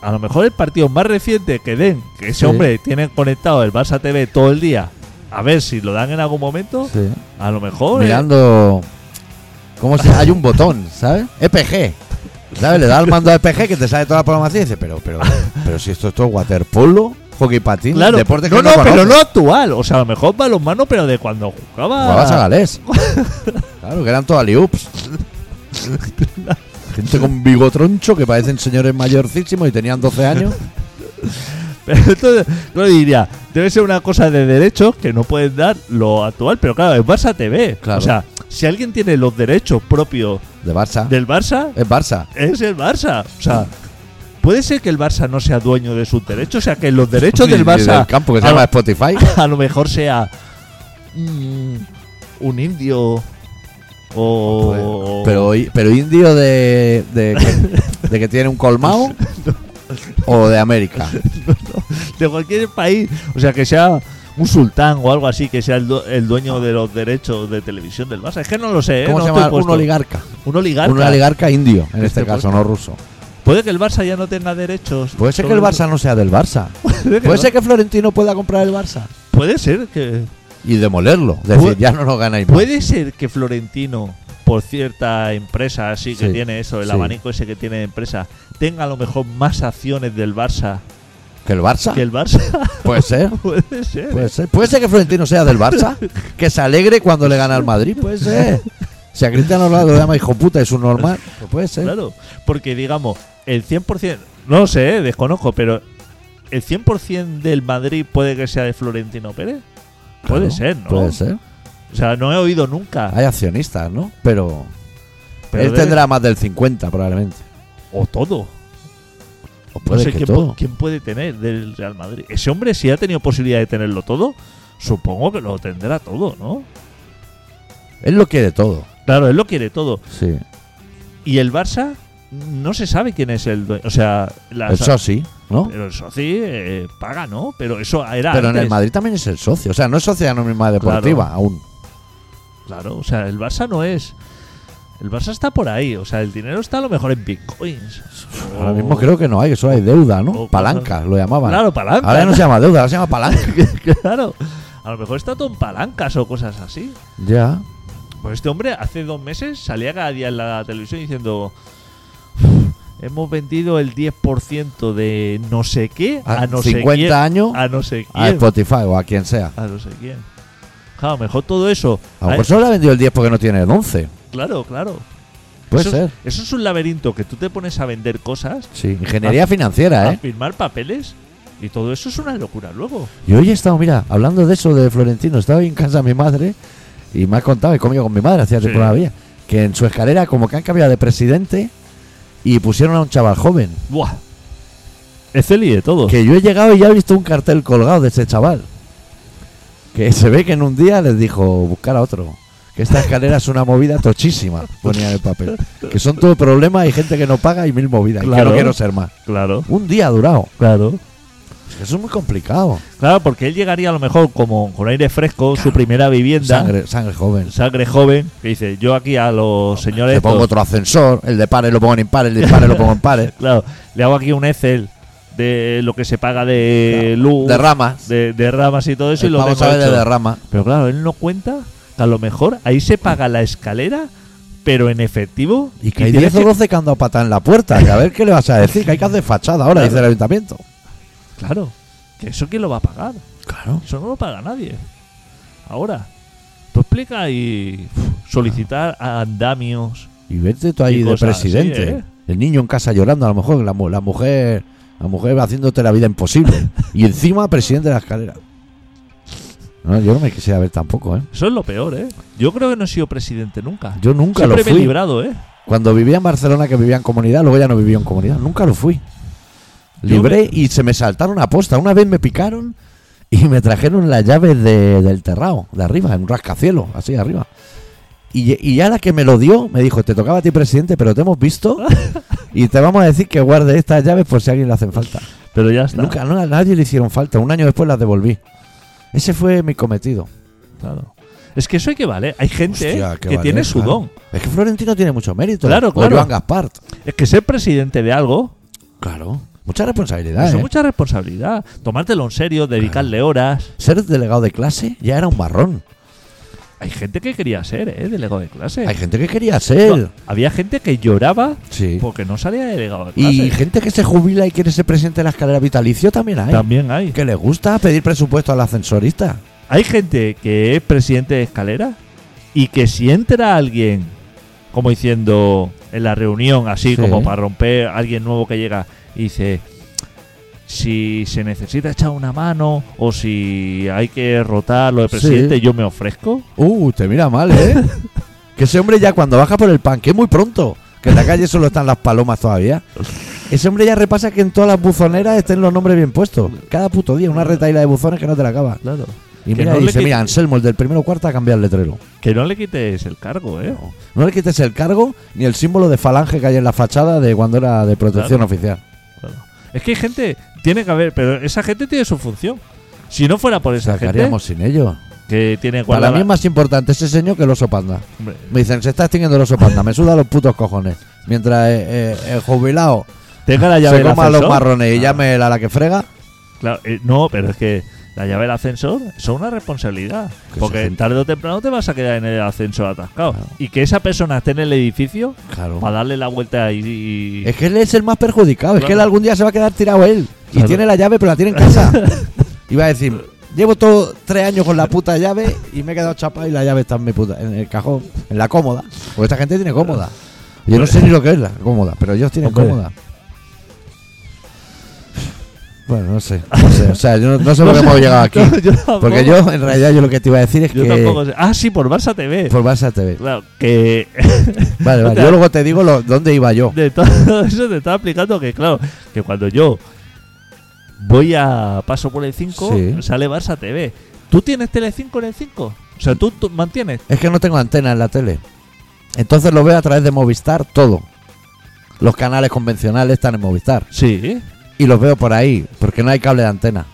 [SPEAKER 3] a lo mejor el partido más reciente que den, que ese
[SPEAKER 1] Sí.
[SPEAKER 3] hombre tiene conectado el Barça TV todo el día, a ver si lo dan en algún momento,
[SPEAKER 1] Sí.
[SPEAKER 3] a lo mejor. eh,
[SPEAKER 1] mirando. ¿Cómo se Hay un botón, ¿sabes? EPG. ¿Sabes? Le da el mando a EPG que te sale toda la programación y dice, pero, pero, pero si esto es todo waterpolo, hockey patín,
[SPEAKER 3] eh, Claro,
[SPEAKER 1] deportes
[SPEAKER 3] no,
[SPEAKER 1] que
[SPEAKER 3] no,
[SPEAKER 1] no,
[SPEAKER 3] pero
[SPEAKER 1] conoces.
[SPEAKER 3] no actual. O sea, a lo mejor balonmano, pero de cuando jugaba.
[SPEAKER 1] Jugabas a galés. claro, que eran todas liups. Gente con bigotroncho que parecen señores mayorcísimos y tenían 12 años.
[SPEAKER 3] Pero entonces, claro, diría, debe ser una cosa de derechos que no pueden dar lo actual, pero claro, es Barça TV.
[SPEAKER 1] Claro.
[SPEAKER 3] O sea, si alguien tiene los derechos propios
[SPEAKER 1] De Barça.
[SPEAKER 3] del Barça,
[SPEAKER 1] Es Barça.
[SPEAKER 3] es el Barça. O sea, puede ser que el Barça no sea dueño de sus derechos, o sea, que los derechos
[SPEAKER 1] Y
[SPEAKER 3] del Barça
[SPEAKER 1] Del campo que se
[SPEAKER 3] Ah.
[SPEAKER 1] llama Spotify.
[SPEAKER 3] a lo mejor sea mm, un indio o...
[SPEAKER 1] Pero, pero indio de, de, que, de que tiene un colmao o de América.
[SPEAKER 3] de cualquier país. O sea, que sea un sultán o algo así, que sea el, du- el dueño de los derechos de televisión del Barça. Es que no lo sé, ¿eh?
[SPEAKER 1] ¿Cómo
[SPEAKER 3] No
[SPEAKER 1] se
[SPEAKER 3] estoy
[SPEAKER 1] llama? Un
[SPEAKER 3] puesto.
[SPEAKER 1] oligarca.
[SPEAKER 3] Un oligarca.
[SPEAKER 1] Un oligarca indio, en
[SPEAKER 3] Estoy
[SPEAKER 1] este
[SPEAKER 3] puesto.
[SPEAKER 1] caso, no ruso.
[SPEAKER 3] Puede que el Barça ya no tenga derechos.
[SPEAKER 1] Puede ser que el
[SPEAKER 3] sobre-
[SPEAKER 1] Barça no sea del Barça.
[SPEAKER 3] Puede que,
[SPEAKER 1] Puede ser que Florentino pueda comprar el Barça.
[SPEAKER 3] puede ser que...
[SPEAKER 1] Y demolerlo. Es decir,
[SPEAKER 3] Pue-
[SPEAKER 1] ya no lo ganáis más.
[SPEAKER 3] Puede ser que Florentino, por cierta empresa así que
[SPEAKER 1] Sí,
[SPEAKER 3] tiene eso, el
[SPEAKER 1] sí.
[SPEAKER 3] abanico ese que tiene de empresa, tenga a lo mejor más acciones del Barça
[SPEAKER 1] ¿Que el Barça?
[SPEAKER 3] que el Barça.
[SPEAKER 1] Puede ser.
[SPEAKER 3] puede ser. ¿eh?
[SPEAKER 1] Puede ser. Puede ser que Florentino sea del Barça. Que se alegre cuando le gana al Madrid. Puede ser. Si a Cristiano Ronaldo lo llama hijo puta, es un normal. Pues puede ser.
[SPEAKER 3] Claro, porque digamos, el 100%, no lo sé, eh, desconozco, pero el 100% del Madrid puede que sea de Florentino Pérez. Puede
[SPEAKER 1] Claro,
[SPEAKER 3] ser, ¿no?
[SPEAKER 1] Puede ser.
[SPEAKER 3] O sea, no he oído nunca.
[SPEAKER 1] Hay accionistas, ¿no? Pero.
[SPEAKER 3] Pero
[SPEAKER 1] él
[SPEAKER 3] debe-
[SPEAKER 1] tendrá más del 50 probablemente.
[SPEAKER 3] O todo.
[SPEAKER 1] O puede
[SPEAKER 3] no sé
[SPEAKER 1] que
[SPEAKER 3] quién,
[SPEAKER 1] todo.
[SPEAKER 3] pu- quién puede tener del Real Madrid. Ese hombre, si ha tenido posibilidad de tenerlo todo, supongo que lo tendrá todo, ¿no?
[SPEAKER 1] Él lo quiere todo.
[SPEAKER 3] Claro, él lo quiere todo.
[SPEAKER 1] Sí.
[SPEAKER 3] Y el Barça, no se sabe quién es el dueño. O sea, la,
[SPEAKER 1] El socio, ¿no?
[SPEAKER 3] pero el socio eh, paga, ¿no? Pero eso era.
[SPEAKER 1] Pero en el
[SPEAKER 3] antes.
[SPEAKER 1] Madrid también es el socio. O sea, no es sociedad anónima deportiva
[SPEAKER 3] Claro.
[SPEAKER 1] aún.
[SPEAKER 3] Claro, o sea, el Barça no es. El Barça está por ahí, o sea, el dinero está a lo mejor en bitcoins.
[SPEAKER 1] Ahora
[SPEAKER 3] O-
[SPEAKER 1] mismo creo que no hay, que solo hay deuda, ¿no?
[SPEAKER 3] o
[SPEAKER 1] palanca, lo llamaban.
[SPEAKER 3] Oh. Claro, palanca.
[SPEAKER 1] Ahora ya no se llama deuda, ahora se llama palanca.
[SPEAKER 3] claro. A lo mejor está todo en palancas o cosas así.
[SPEAKER 1] ya.
[SPEAKER 3] Pues este hombre hace dos meses salía cada día en la televisión diciendo. Hemos vendido el 10% de no sé qué a,
[SPEAKER 1] A
[SPEAKER 3] no sé
[SPEAKER 1] 50
[SPEAKER 3] quién.
[SPEAKER 1] Ah, años Ah,
[SPEAKER 3] A no sé
[SPEAKER 1] a
[SPEAKER 3] quién.
[SPEAKER 1] Spotify o a quien sea.
[SPEAKER 3] A no sé quién. Claro, a lo mejor todo eso.
[SPEAKER 1] A lo
[SPEAKER 3] a-
[SPEAKER 1] mejor solo le ha vendido el 10 porque no tiene el 11.
[SPEAKER 3] Claro, claro.
[SPEAKER 1] Puede
[SPEAKER 3] eso,
[SPEAKER 1] ser.
[SPEAKER 3] Eso es un laberinto que tú te pones a vender cosas
[SPEAKER 1] Sí. Ingeniería financiera,
[SPEAKER 3] a
[SPEAKER 1] ¿eh?
[SPEAKER 3] firmar papeles y todo eso es una locura luego.
[SPEAKER 1] Y hoy he estado, mira, hablando de eso de Florentino, estaba en casa de mi madre y me ha contado, he comido con mi madre, hacía
[SPEAKER 3] Sí.
[SPEAKER 1] tiempo no la veía, que en su escalera como que han cambiado de presidente y pusieron a un chaval joven.
[SPEAKER 3] Buah. Es Celi de todo.
[SPEAKER 1] Que yo he llegado y ya he visto un cartel colgado de ese chaval. Que se ve que en un día les dijo buscar a otro. Que esta escalera es una movida tochísima, ponía en el papel. Que son todo problemas, hay gente que no paga y mil movidas. Y que
[SPEAKER 3] Claro.
[SPEAKER 1] no quiero ser más.
[SPEAKER 3] Claro,
[SPEAKER 1] Un día ha durado.
[SPEAKER 3] claro.
[SPEAKER 1] Es que eso es muy complicado.
[SPEAKER 3] Claro, porque él llegaría a lo mejor como con aire fresco, su primera vivienda,
[SPEAKER 1] Sangre, sangre joven.
[SPEAKER 3] sangre joven, que dice, yo aquí a los señores...
[SPEAKER 1] Le pongo
[SPEAKER 3] estos-
[SPEAKER 1] otro ascensor, el de pares lo pongo en impares, el de impares lo pongo en pares.
[SPEAKER 3] Claro, le hago aquí un Excel de lo que se paga de luz,
[SPEAKER 1] De ramas.
[SPEAKER 3] de, de ramas y todo eso, y lo
[SPEAKER 1] Vamos
[SPEAKER 3] tengo
[SPEAKER 1] a ver de
[SPEAKER 3] hecho.
[SPEAKER 1] derrama.
[SPEAKER 3] Pero claro, él no cuenta que a lo mejor ahí se paga la escalera, pero en efectivo.
[SPEAKER 1] Y que hay
[SPEAKER 3] tienes
[SPEAKER 1] 10 o 12 que han dado patada en la puerta. Y a ver qué le vas a decir, que hay que hacer fachada ahora,
[SPEAKER 3] Claro.
[SPEAKER 1] dice el ayuntamiento.
[SPEAKER 3] Claro, que eso quién lo va a pagar.
[SPEAKER 1] Claro.
[SPEAKER 3] Eso no lo paga nadie. Ahora, tú explica y uf, solicitar a andamios.
[SPEAKER 1] Y vete tú ahí
[SPEAKER 3] Y
[SPEAKER 1] de
[SPEAKER 3] cosas
[SPEAKER 1] presidente.
[SPEAKER 3] así, ¿eh?
[SPEAKER 1] El niño en casa llorando, a lo mejor, la, mu- la mujer. La mujer haciéndote la vida imposible. y encima, presidente de la escalera. No, yo no me quisiera ver tampoco, ¿eh?
[SPEAKER 3] Eso es lo peor, ¿eh? Yo creo que no he sido presidente nunca.
[SPEAKER 1] Yo nunca
[SPEAKER 3] Siempre
[SPEAKER 1] lo
[SPEAKER 3] me he
[SPEAKER 1] fui.
[SPEAKER 3] librado, ¿eh?
[SPEAKER 1] Cuando vivía en Barcelona, que vivía en comunidad, luego ya no vivía en comunidad. Nunca lo fui.
[SPEAKER 3] Yo
[SPEAKER 1] Libré y se me saltaron a posta. Una vez me picaron y me trajeron las llaves de- del terrao, de arriba, en un rascacielos, así arriba. Y, y ya la que me lo dio me dijo: Te tocaba a ti, presidente, pero te hemos visto y te vamos a decir que guarde estas llaves por si a alguien le hacen falta.
[SPEAKER 3] Pero ya está.
[SPEAKER 1] Nunca, no, a nadie le hicieron falta. Un año después las devolví. Ese fue mi cometido.
[SPEAKER 3] Claro. Es que eso hay que valer. Hay gente
[SPEAKER 1] Hostia,
[SPEAKER 3] ¿eh?
[SPEAKER 1] qué
[SPEAKER 3] que
[SPEAKER 1] vale,
[SPEAKER 3] tiene su
[SPEAKER 1] claro.
[SPEAKER 3] don.
[SPEAKER 1] Es que Florentino tiene mucho mérito.
[SPEAKER 3] Claro,
[SPEAKER 1] O
[SPEAKER 3] claro.
[SPEAKER 1] Joan Gaspar.
[SPEAKER 3] Es que ser presidente de algo
[SPEAKER 1] Claro. Mucha responsabilidad.
[SPEAKER 3] es
[SPEAKER 1] ¿eh?
[SPEAKER 3] mucha responsabilidad. Tomártelo en serio, dedicarle horas.
[SPEAKER 1] Ser delegado de clase ya era un marrón.
[SPEAKER 3] Hay gente que quería ser, ¿eh? Delegado de clase.
[SPEAKER 1] Hay gente que quería
[SPEAKER 3] No,
[SPEAKER 1] ser.
[SPEAKER 3] había gente que lloraba
[SPEAKER 1] Sí.
[SPEAKER 3] porque no salía delegado de clase.
[SPEAKER 1] Y gente que se jubila y quiere ser presidente de la escalera vitalicio también hay.
[SPEAKER 3] También hay.
[SPEAKER 1] Que le gusta pedir presupuesto al ascensorista.
[SPEAKER 3] Hay gente que es presidente de escalera y que si entra alguien, como diciendo en la reunión, así
[SPEAKER 1] Sí.
[SPEAKER 3] como para romper, alguien nuevo que llega y dice, si se necesita echar una mano o si hay que rotar lo de
[SPEAKER 1] Sí.
[SPEAKER 3] presidente, yo me ofrezco.
[SPEAKER 1] Uh, te mira mal, ¿eh? que ese hombre ya cuando baja por el pan, que es muy pronto, que en la calle solo están las palomas todavía. Ese hombre ya repasa que en todas las buzoneras estén los nombres bien puestos. Cada puto día una retaíla de buzones que no te la acaba.
[SPEAKER 3] Claro.
[SPEAKER 1] Y
[SPEAKER 3] Que
[SPEAKER 1] mira,
[SPEAKER 3] no
[SPEAKER 1] y
[SPEAKER 3] le
[SPEAKER 1] dice,
[SPEAKER 3] quite-
[SPEAKER 1] mira, Anselmo, el del primero cuarto a cambiar el letrero.
[SPEAKER 3] Que no le quites el cargo, ¿eh?
[SPEAKER 1] No. No le quites el cargo ni el símbolo de falange que hay en la fachada de cuando era de protección
[SPEAKER 3] Claro.
[SPEAKER 1] oficial.
[SPEAKER 3] Claro. Es que hay gente, tiene que haber, pero esa gente tiene su función. Si no fuera por esa gente
[SPEAKER 1] Sacaríamos sin ello.
[SPEAKER 3] que tiene
[SPEAKER 1] Para
[SPEAKER 3] guardada-
[SPEAKER 1] mí es más importante ese señor que el oso panda.
[SPEAKER 3] Hombre,
[SPEAKER 1] Me dicen, se está extinguiendo el oso panda, me suda los putos cojones. Mientras eh, eh, el jubilado
[SPEAKER 3] tenga la llave
[SPEAKER 1] se
[SPEAKER 3] del
[SPEAKER 1] coma los
[SPEAKER 3] ascensor.
[SPEAKER 1] marrones y
[SPEAKER 3] Ah,
[SPEAKER 1] llame a la que frega,
[SPEAKER 3] claro, eh, no, pero es que la llave del ascensor es una responsabilidad.
[SPEAKER 1] Que se
[SPEAKER 3] Porque
[SPEAKER 1] junta.
[SPEAKER 3] tarde o temprano te vas a quedar en el ascensor atascado.
[SPEAKER 1] Claro.
[SPEAKER 3] Y que esa persona esté en el edificio
[SPEAKER 1] claro.
[SPEAKER 3] para darle la vuelta y. y-
[SPEAKER 1] Es que él es el más perjudicado, es que él
[SPEAKER 3] Claro.
[SPEAKER 1] algún día se va a quedar tirado él. Y
[SPEAKER 3] Claro.
[SPEAKER 1] tiene la llave, pero la tiene en casa. y va a decir, llevo todo tres años con la puta llave y me he quedado chapado y la llave está en mi puta, en el cajón, en la cómoda. Porque esta gente tiene cómoda. Yo no sé ni lo que es la cómoda, pero ellos tienen
[SPEAKER 3] Hombre.
[SPEAKER 1] cómoda. Bueno, no sé, no sé, O sea, yo no, no sé por qué hemos llegado aquí.
[SPEAKER 3] No, yo tampoco-
[SPEAKER 1] Porque yo, en realidad, yo lo que te iba a decir es
[SPEAKER 3] yo
[SPEAKER 1] que.
[SPEAKER 3] tampoco sé. Ah, sí, por Barça TV.
[SPEAKER 1] Por Barça TV.
[SPEAKER 3] Claro, que.
[SPEAKER 1] Vale,
[SPEAKER 3] No
[SPEAKER 1] vale.
[SPEAKER 3] te-
[SPEAKER 1] Yo luego te digo lo- dónde iba yo.
[SPEAKER 3] de todo eso te estaba explicando que, claro, que cuando yo voy a paso por el 5,
[SPEAKER 1] Sí.
[SPEAKER 3] sale Barça TV. ¿Tú tienes Tele5 en el 5? O sea, tú, tú mantienes.
[SPEAKER 1] Es que no tengo antena en la tele. Entonces lo veo a través de Movistar todo. Los canales convencionales están en Movistar.
[SPEAKER 3] Sí.
[SPEAKER 1] Y los veo por ahí, porque no hay cable de antena.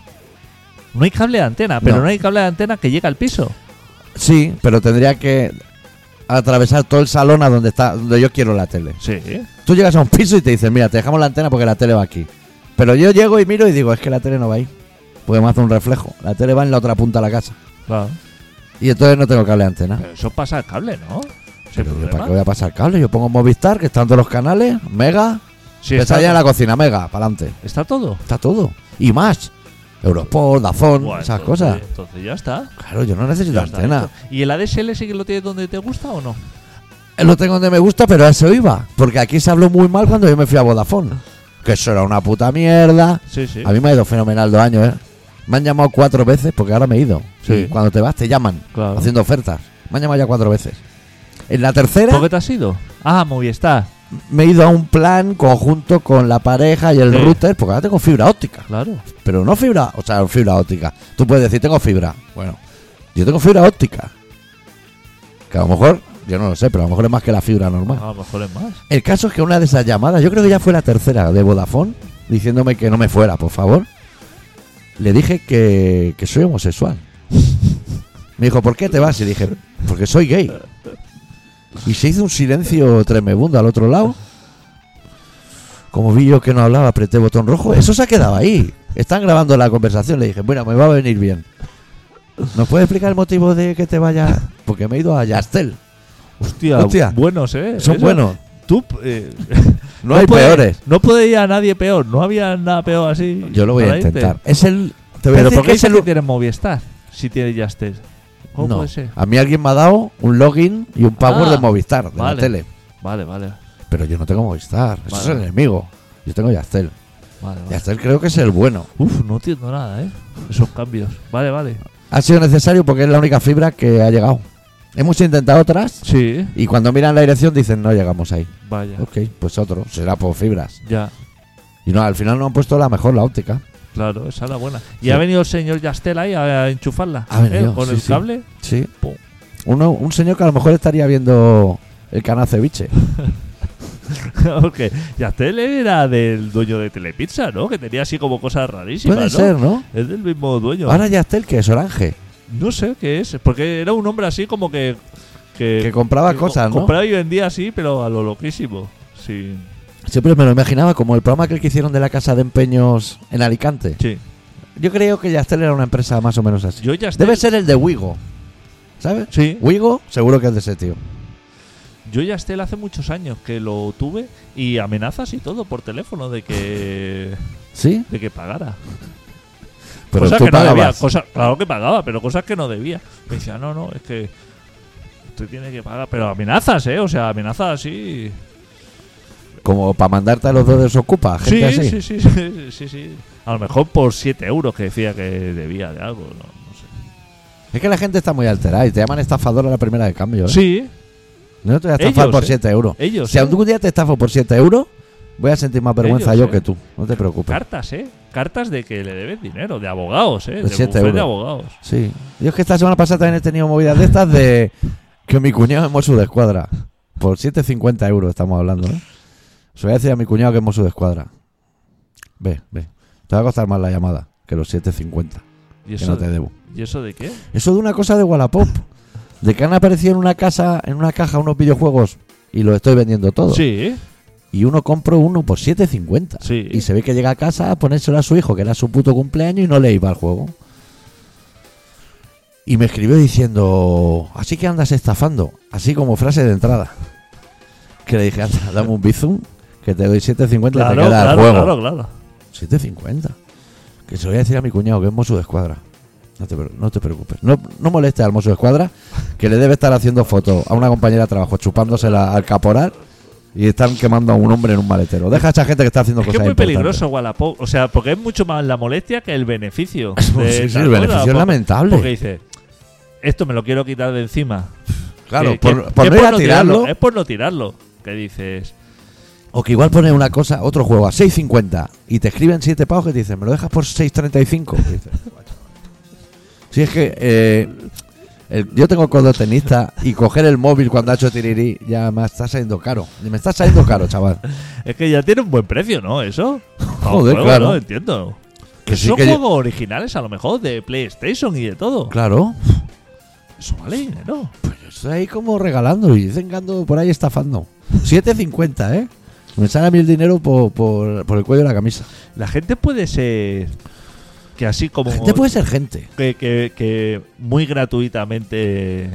[SPEAKER 3] No hay cable de antena, pero
[SPEAKER 1] No.
[SPEAKER 3] no, hay cable de antena que llega al piso.
[SPEAKER 1] Sí, pero tendría que atravesar todo el salón a donde está donde yo quiero la tele.
[SPEAKER 3] Sí.
[SPEAKER 1] Tú llegas a un piso y te dicen, mira, te dejamos la antena porque la tele va aquí. Pero yo llego y miro y digo, es que la tele no va ahí. Porque me hace un reflejo. La tele va en la otra punta de la casa.
[SPEAKER 3] Claro.
[SPEAKER 1] Y entonces no tengo cable de antena.
[SPEAKER 3] Pero eso pasa al cable, ¿no? Sin
[SPEAKER 1] Pero yo, ¿Para
[SPEAKER 3] problema.
[SPEAKER 1] qué voy a pasar cable? Yo pongo Movistar, que están todos los canales, Mega,
[SPEAKER 3] Sí, está,
[SPEAKER 1] pesadilla en la cocina, Mega, para adelante.
[SPEAKER 3] está todo.
[SPEAKER 1] Está todo. Y más. Eurosport, Dazón,
[SPEAKER 3] Buah,
[SPEAKER 1] esas
[SPEAKER 3] entonces-
[SPEAKER 1] cosas.
[SPEAKER 3] Entonces ya está.
[SPEAKER 1] Claro, yo no necesito
[SPEAKER 3] Ya está,
[SPEAKER 1] antena.
[SPEAKER 3] listo. ¿Y el ADSL sí que lo tienes donde te gusta o no?
[SPEAKER 1] Eh, Lo tengo donde me gusta, pero a eso iba. Porque aquí se habló muy mal cuando yo me fui a Vodafone. Que eso era una puta mierda.
[SPEAKER 3] Sí, Ah. sí.
[SPEAKER 1] A mí me ha ido fenomenal dos años, ¿eh? Me han llamado cuatro veces porque ahora me he ido.
[SPEAKER 3] Sí.
[SPEAKER 1] Y cuando te vas te llaman
[SPEAKER 3] Claro.
[SPEAKER 1] haciendo ofertas. Me han llamado ya cuatro veces. En la tercera
[SPEAKER 3] ¿Por qué te has ido? Ah, Movistar.
[SPEAKER 1] me he ido a un plan conjunto con la pareja y el
[SPEAKER 3] Sí.
[SPEAKER 1] router porque ahora tengo fibra óptica.
[SPEAKER 3] Claro.
[SPEAKER 1] Pero no fibra, o sea, fibra óptica. Tú puedes decir, tengo fibra. Bueno, yo tengo fibra óptica. Que a lo mejor, yo no lo sé, pero a lo mejor es más que la fibra normal.
[SPEAKER 3] Ah, A lo mejor es más.
[SPEAKER 1] El caso es que una de esas llamadas, yo creo que ya fue la tercera de Vodafone, diciéndome que no me fuera, por favor. le dije que, que soy homosexual. Me dijo, ¿por qué te vas? Y dije, porque soy gay. Y se hizo un silencio tremebundo al otro lado. Como vi yo que no hablaba, apreté botón rojo. Eso se ha quedado ahí. Están grabando la conversación. Le dije, bueno, me va a venir bien. ¿Nos puede explicar el motivo de que te vaya? Porque me he ido a Yastel.
[SPEAKER 3] Hostia,
[SPEAKER 1] Hostia.
[SPEAKER 3] buenos, ¿eh?
[SPEAKER 1] Son
[SPEAKER 3] Eso-
[SPEAKER 1] buenos.
[SPEAKER 3] Tú, eh,
[SPEAKER 1] No, hay
[SPEAKER 3] puede-
[SPEAKER 1] peores.
[SPEAKER 3] No podía ir a nadie peor. No había nada peor así.
[SPEAKER 1] Yo lo voy a
[SPEAKER 3] para irte.
[SPEAKER 1] intentar. Es el. Te voy a
[SPEAKER 3] Pero
[SPEAKER 1] decir
[SPEAKER 3] ¿por qué
[SPEAKER 1] que es
[SPEAKER 3] dices
[SPEAKER 1] el.
[SPEAKER 3] que tienes Movistar si tienes Yastel? ¿Cómo
[SPEAKER 1] no.
[SPEAKER 3] puede ser?
[SPEAKER 1] A mí alguien me ha dado un login y un password
[SPEAKER 3] Ah,
[SPEAKER 1] de Movistar, de
[SPEAKER 3] vale.
[SPEAKER 1] la tele.
[SPEAKER 3] Vale, vale.
[SPEAKER 1] Pero yo no tengo Movistar. Eso
[SPEAKER 3] Vale.
[SPEAKER 1] es el enemigo. Yo tengo Yastel.
[SPEAKER 3] vale, vale.
[SPEAKER 1] Yastel creo que es el bueno.
[SPEAKER 3] Uf, no entiendo nada, ¿eh? Esos cambios. Vale, vale.
[SPEAKER 1] Ha sido necesario porque es la única fibra que ha llegado. Hemos intentado otras
[SPEAKER 3] Sí,
[SPEAKER 1] y cuando miran la dirección dicen no llegamos ahí.
[SPEAKER 3] vaya.
[SPEAKER 1] Ok, pues otro. Será por fibras.
[SPEAKER 3] Ya,
[SPEAKER 1] Y no, al final no han puesto la mejor, la óptica.
[SPEAKER 3] claro, esa es la buena. ¿Y
[SPEAKER 1] Sí.
[SPEAKER 3] ha venido el señor Yastel ahí a enchufarla?
[SPEAKER 1] Ha venido,
[SPEAKER 3] ¿eh? ¿Con
[SPEAKER 1] sí,
[SPEAKER 3] el
[SPEAKER 1] sí.
[SPEAKER 3] cable?
[SPEAKER 1] Sí.
[SPEAKER 3] Pum.
[SPEAKER 1] Uno, un señor que a lo mejor estaría viendo el canal ceviche.
[SPEAKER 3] Porque Yastel era del dueño de Telepizza, ¿no? Que tenía así como cosas rarísimas,
[SPEAKER 1] Puede
[SPEAKER 3] ¿no?
[SPEAKER 1] ser, ¿no?
[SPEAKER 3] Es del mismo dueño.
[SPEAKER 1] Ahora Yastel que es Orange,
[SPEAKER 3] No sé qué es, porque era un hombre así como que. Que,
[SPEAKER 1] que compraba
[SPEAKER 3] que co-
[SPEAKER 1] cosas, ¿no?
[SPEAKER 3] Compraba y vendía así, pero a lo loquísimo. Sí.
[SPEAKER 1] Siempre me lo imaginaba como el programa que que hicieron de la casa de empeños en Alicante.
[SPEAKER 3] sí.
[SPEAKER 1] Yo creo que Yastel era una empresa más o menos así.
[SPEAKER 3] Yo Yastel.
[SPEAKER 1] Debe ser el de Wigo. ¿Sabes?
[SPEAKER 3] Sí.
[SPEAKER 1] Wigo, seguro que es de ese tío.
[SPEAKER 3] Yo Yastel hace muchos años que lo tuve y amenazas y todo por teléfono de que.
[SPEAKER 1] ¿Sí?
[SPEAKER 3] de que pagara.
[SPEAKER 1] Pero
[SPEAKER 3] cosas
[SPEAKER 1] tú
[SPEAKER 3] que Pues no debía,
[SPEAKER 1] pagabas.
[SPEAKER 3] cosas, claro que pagaba, pero cosas que no debía. Me decía, no, no, es que usted tiene que pagar, pero amenazas, ¿eh? O sea, amenazas así.
[SPEAKER 1] Como para mandarte a los dos desocupa,
[SPEAKER 3] Sí,
[SPEAKER 1] gente así.
[SPEAKER 3] sí, sí, sí, sí, sí. A lo mejor por 7 euros que decía que debía de algo, no, no sé.
[SPEAKER 1] Es que la gente está muy alterada y te llaman estafador a la primera de cambio. ¿eh?
[SPEAKER 3] Sí,
[SPEAKER 1] Yo No te voy a estafar
[SPEAKER 3] Ellos,
[SPEAKER 1] por
[SPEAKER 3] ¿eh?
[SPEAKER 1] 7 euros.
[SPEAKER 3] ellos.
[SPEAKER 1] Si
[SPEAKER 3] ¿eh?
[SPEAKER 1] algún día te estafo por 7 euros, voy a sentir más vergüenza yo
[SPEAKER 3] Ellos, ¿eh?
[SPEAKER 1] que tú. No te preocupes.
[SPEAKER 3] Cartas, ¿eh? Cartas de que le debes dinero, de abogados, ¿eh?
[SPEAKER 1] De
[SPEAKER 3] De,
[SPEAKER 1] siete
[SPEAKER 3] bufete de
[SPEAKER 1] euros.
[SPEAKER 3] abogados.
[SPEAKER 1] Sí. Yo es que esta semana pasada también he tenido movidas de estas de que mi cuñado es mozo de escuadra. Por 7,50 euros estamos hablando, ¿eh? Se voy a decir a mi cuñado que es mozo de escuadra. Ve, ve. Te va a costar más la llamada que los 7,50
[SPEAKER 3] ¿Y
[SPEAKER 1] que
[SPEAKER 3] eso,
[SPEAKER 1] no te
[SPEAKER 3] de,
[SPEAKER 1] debo.
[SPEAKER 3] ¿Y eso de qué?
[SPEAKER 1] Eso de una cosa de Wallapop. De que han aparecido en una casa, en una caja unos videojuegos y los estoy vendiendo todos.
[SPEAKER 3] Sí,
[SPEAKER 1] Y uno compró uno por 7,50.
[SPEAKER 3] sí.
[SPEAKER 1] Y se ve que llega a casa a ponérselo a su hijo, que era su puto cumpleaños y no le iba al juego. Y me escribió diciendo, así que andas estafando, así como frase de entrada. Que le dije, anda, dame un bizum, que te doy 7.50 y te
[SPEAKER 3] claro,
[SPEAKER 1] queda el
[SPEAKER 3] claro,
[SPEAKER 1] juego.
[SPEAKER 3] claro, claro.
[SPEAKER 1] 7.50. Que se lo voy a decir a mi cuñado, que es mozo de escuadra. No te, pre- no te preocupes. No, no molestes al mozo de escuadra, que le debe estar haciendo fotos a una compañera de trabajo, chupándosela al caporal y están quemando a un hombre en un maletero. Deja a esa gente que está haciendo
[SPEAKER 3] Es que es
[SPEAKER 1] cosas
[SPEAKER 3] muy
[SPEAKER 1] importantes.
[SPEAKER 3] peligroso Wallapop. O sea, porque es mucho más la molestia que el beneficio.
[SPEAKER 1] Sí,
[SPEAKER 3] de
[SPEAKER 1] sí,
[SPEAKER 3] esa
[SPEAKER 1] el
[SPEAKER 3] cosa,
[SPEAKER 1] beneficio es
[SPEAKER 3] porque-
[SPEAKER 1] lamentable.
[SPEAKER 3] Porque dice, esto me lo quiero quitar de encima.
[SPEAKER 1] Claro,
[SPEAKER 3] Que-
[SPEAKER 1] por,
[SPEAKER 3] que-
[SPEAKER 1] por
[SPEAKER 3] que
[SPEAKER 1] no ir a tirarlo. eh.
[SPEAKER 3] Es por no tirarlo. Que dices,
[SPEAKER 1] O que igual pones una cosa, otro juego a 6.50 y te escriben 7 pavos que te dicen, me lo dejas por 6.35. Y dices, Si es que eh, el- yo tengo codo tenista y coger el móvil cuando ha hecho tirirí ya me está saliendo caro. Me está saliendo caro, chaval.
[SPEAKER 3] es que ya tiene un buen precio, ¿no? Eso. Para un
[SPEAKER 1] Joder,
[SPEAKER 3] juego,
[SPEAKER 1] claro.
[SPEAKER 3] ¿no? Entiendo.
[SPEAKER 1] Que sí
[SPEAKER 3] son
[SPEAKER 1] que yo-
[SPEAKER 3] juegos originales, a lo mejor, de PlayStation y de todo.
[SPEAKER 1] Claro.
[SPEAKER 3] Eso vale dinero.
[SPEAKER 1] Pues yo estoy ahí como regalando y dicen que ando por ahí estafando. 7.50, ¿eh? Me sale a mí el dinero por, por- por el cuello de la camisa.
[SPEAKER 3] La gente puede ser. Que así como.
[SPEAKER 1] La gente puede ser gente.
[SPEAKER 3] que, que- que muy gratuitamente